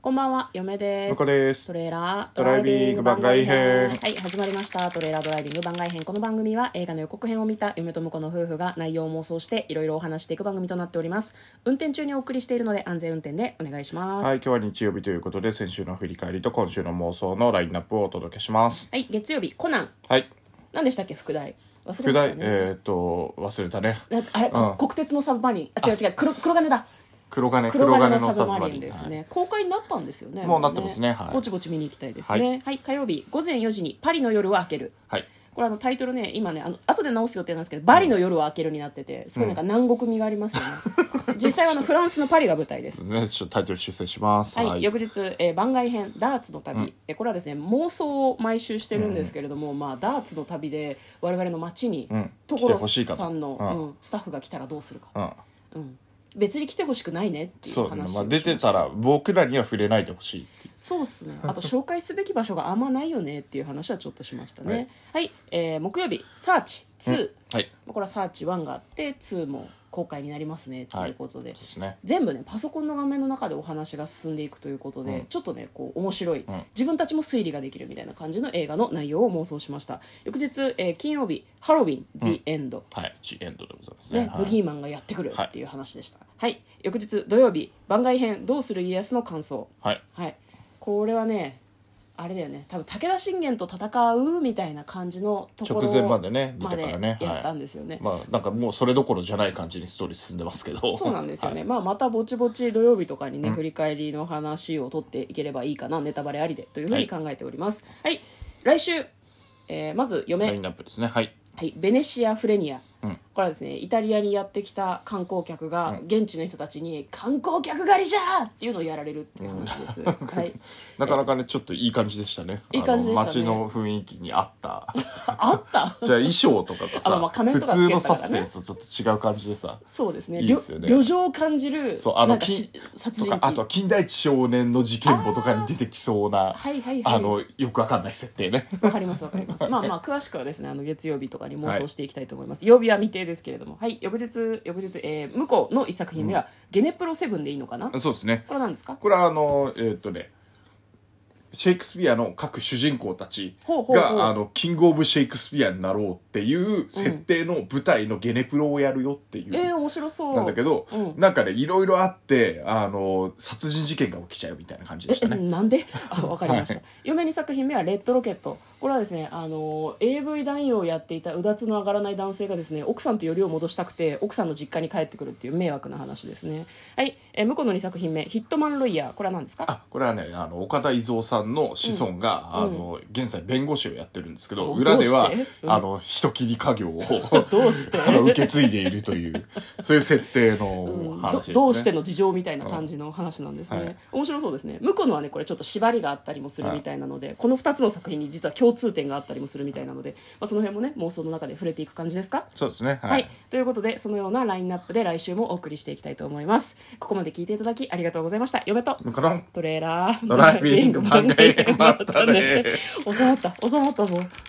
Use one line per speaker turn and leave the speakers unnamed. こんばんは、嫁です。
向こうです
トレーラー
ドライビング番外編
はい、始まりました。トレーラードライビング番外編。この番組は映画の予告編を見た嫁と婿の夫婦が内容を妄想していろいろお話していく番組となっております。運転中にお送りしているので安全運転でお願いします。は、
はいい、今日は日曜日ということで、先週の振り返りと今週の妄想のラインナップをお届けします。
月曜日、コナン。
はい、
何でしたっけ、副題。忘れ
副
まし
題、
たね。
えーっと、忘れたね。
だってあれ、こ国鉄のサブマリン。あ、違う違う、黒黒金だ。
黒金、
黒金のサブマリンですね、
はい
公開になったんですよね
もうなってますねはい
ぼちぼち見に行きたいですねは、
はい
火曜日午前4時に「パリの夜は明ける
はい。」
これあのタイトルね今ねあの後で直す予定なんですけど「バリの夜は明ける」になっててすごいなんか南国味がありますよね、実際はあのフランスのパリが舞台です
ね、ちょっとタイトル修正します。
はい、
はい。
翌日、えー番外編「ダーツの旅、えーこれはですね妄想を毎週してるんですけれども、まあ、ダーツの旅で我々の街に、
うん来てほしい
所
かと
さんの、
うん
うんスタッフが来たらどうするか、
うん。
うん、別に来てほしくないねっていう
そう
話を
だ
しま
ね
し。
ま
た
あ、出てたら、僕らには触れないでほしいってい
そうですね。あと紹介すべき場所があんまないよねっていう話はちょっとしま したね。はい、えー木曜日サーチ2、
う。はい。
まあこれはサーチ1があって2も公開になりますねということで、
そうですね。
全部ねパソコンの画面の中でお話が進んでいくということで、ちょっとねこう面白い、
ん
自分たちも推理ができるみたいな感じの映画の内容を妄想しました。翌日、えー金曜日ハロウィン The End、
はい。ジエンドでございますね。
ね、
はい
ブギーマンがやってくるっていう話でした。はい、翌日土曜日番外編どうする家康の感想。
はい。
はい、これはねあれだよね多分武田信玄と戦うみたいな感じのところ
直前までね見
ま
たからね
でやったんですよね、
まあ、なんかもうそれどころじゃない感じにストーリー進んでますけど。
そうなんですよね、
はい。
まあ、またぼちぼち土曜日とかにね、振り返りの話を取っていければいいかなネタバレありでというふうに考えておりますはい、来週、えーまず嫁、
ラインナップですね。はい。
はい、ベネシア・フレニア、
うん
これはですねイタリアにやってきた観光客が現地の人たちに「観光客狩りじゃ!」っていうのをやられるっていう話です、はい
なかなかね、ちょっといい感じでしたね。
いい感じでしたね
あの街の雰囲気に合った。
あった
じゃあ衣装とかが
あまあまあ
さ、
仮面
普
とかつけ
通
てたからね
のサスペンスとちょっと違う感じでさ、
そうですね。
いいっすよね
旅旅情を感じる。
そう、あ
な
の、
んかし殺
と
人
か
鬼、
あとは金田一少年の事件簿とかに出てきそうな、
はいはいはい
あの、よくわかんない設定ね。
わかりますわかります。まあまあ詳しくはですね、あの月曜日とかに妄想していきたいと思います。曜日は未定ですけれども、はい。翌日翌日、えー、向こうの一作品目は、ゲネプロセブンでいいのかな。こ
そうですね。
れなんですか。
これはあの、えーっとね、シェイクスピアの各主人公たちが
ほうほうほう
あのキング・オブ・シェイクスピアになろうっていう設定の舞台のゲネプロをやるよっていう、
えー、面白そう。
なんだけど、
うん
なんかねいろいろあってあの殺人事件が起きちゃうみたいな感じでし
え
たね
なんで あわかりました、
は
嫁に作品目は「レッドロケット」これはですねあの AV 男優をやっていたうだつの上がらない男性がですね奥さんとよりを戻したくて奥さんの実家に帰ってくるっていう迷惑な話ですねはいえ向こうの2作品目「ヒットマン・ロイヤー」これは何ですか
あこれはねあの岡田伊蔵さんの子孫が、あの現在弁護士をやってるんですけど、
うん
裏では
どうしてうん
あの人切り家業を
どう して
あの受け継いでいるというそういう設定
う
の
ん
話
ど
ですね、
どうしての事情みたいな感じの話なんですね、
うんはい
面白そうですね向こうのはねこれちょっと縛りがあったりもするみたいなので、この2つの作品に実は共通点があったりもするみたいなので、まあ、その辺もね妄想の中で触れていく感じですか
そうですね
はい、ということでそのようなラインナップで来週もお送りしていきたいと思いますここまで聞いていただきありがとうございました嫁と
この
トレーラー
ドライビング番外編まったね
収まった収まったぞ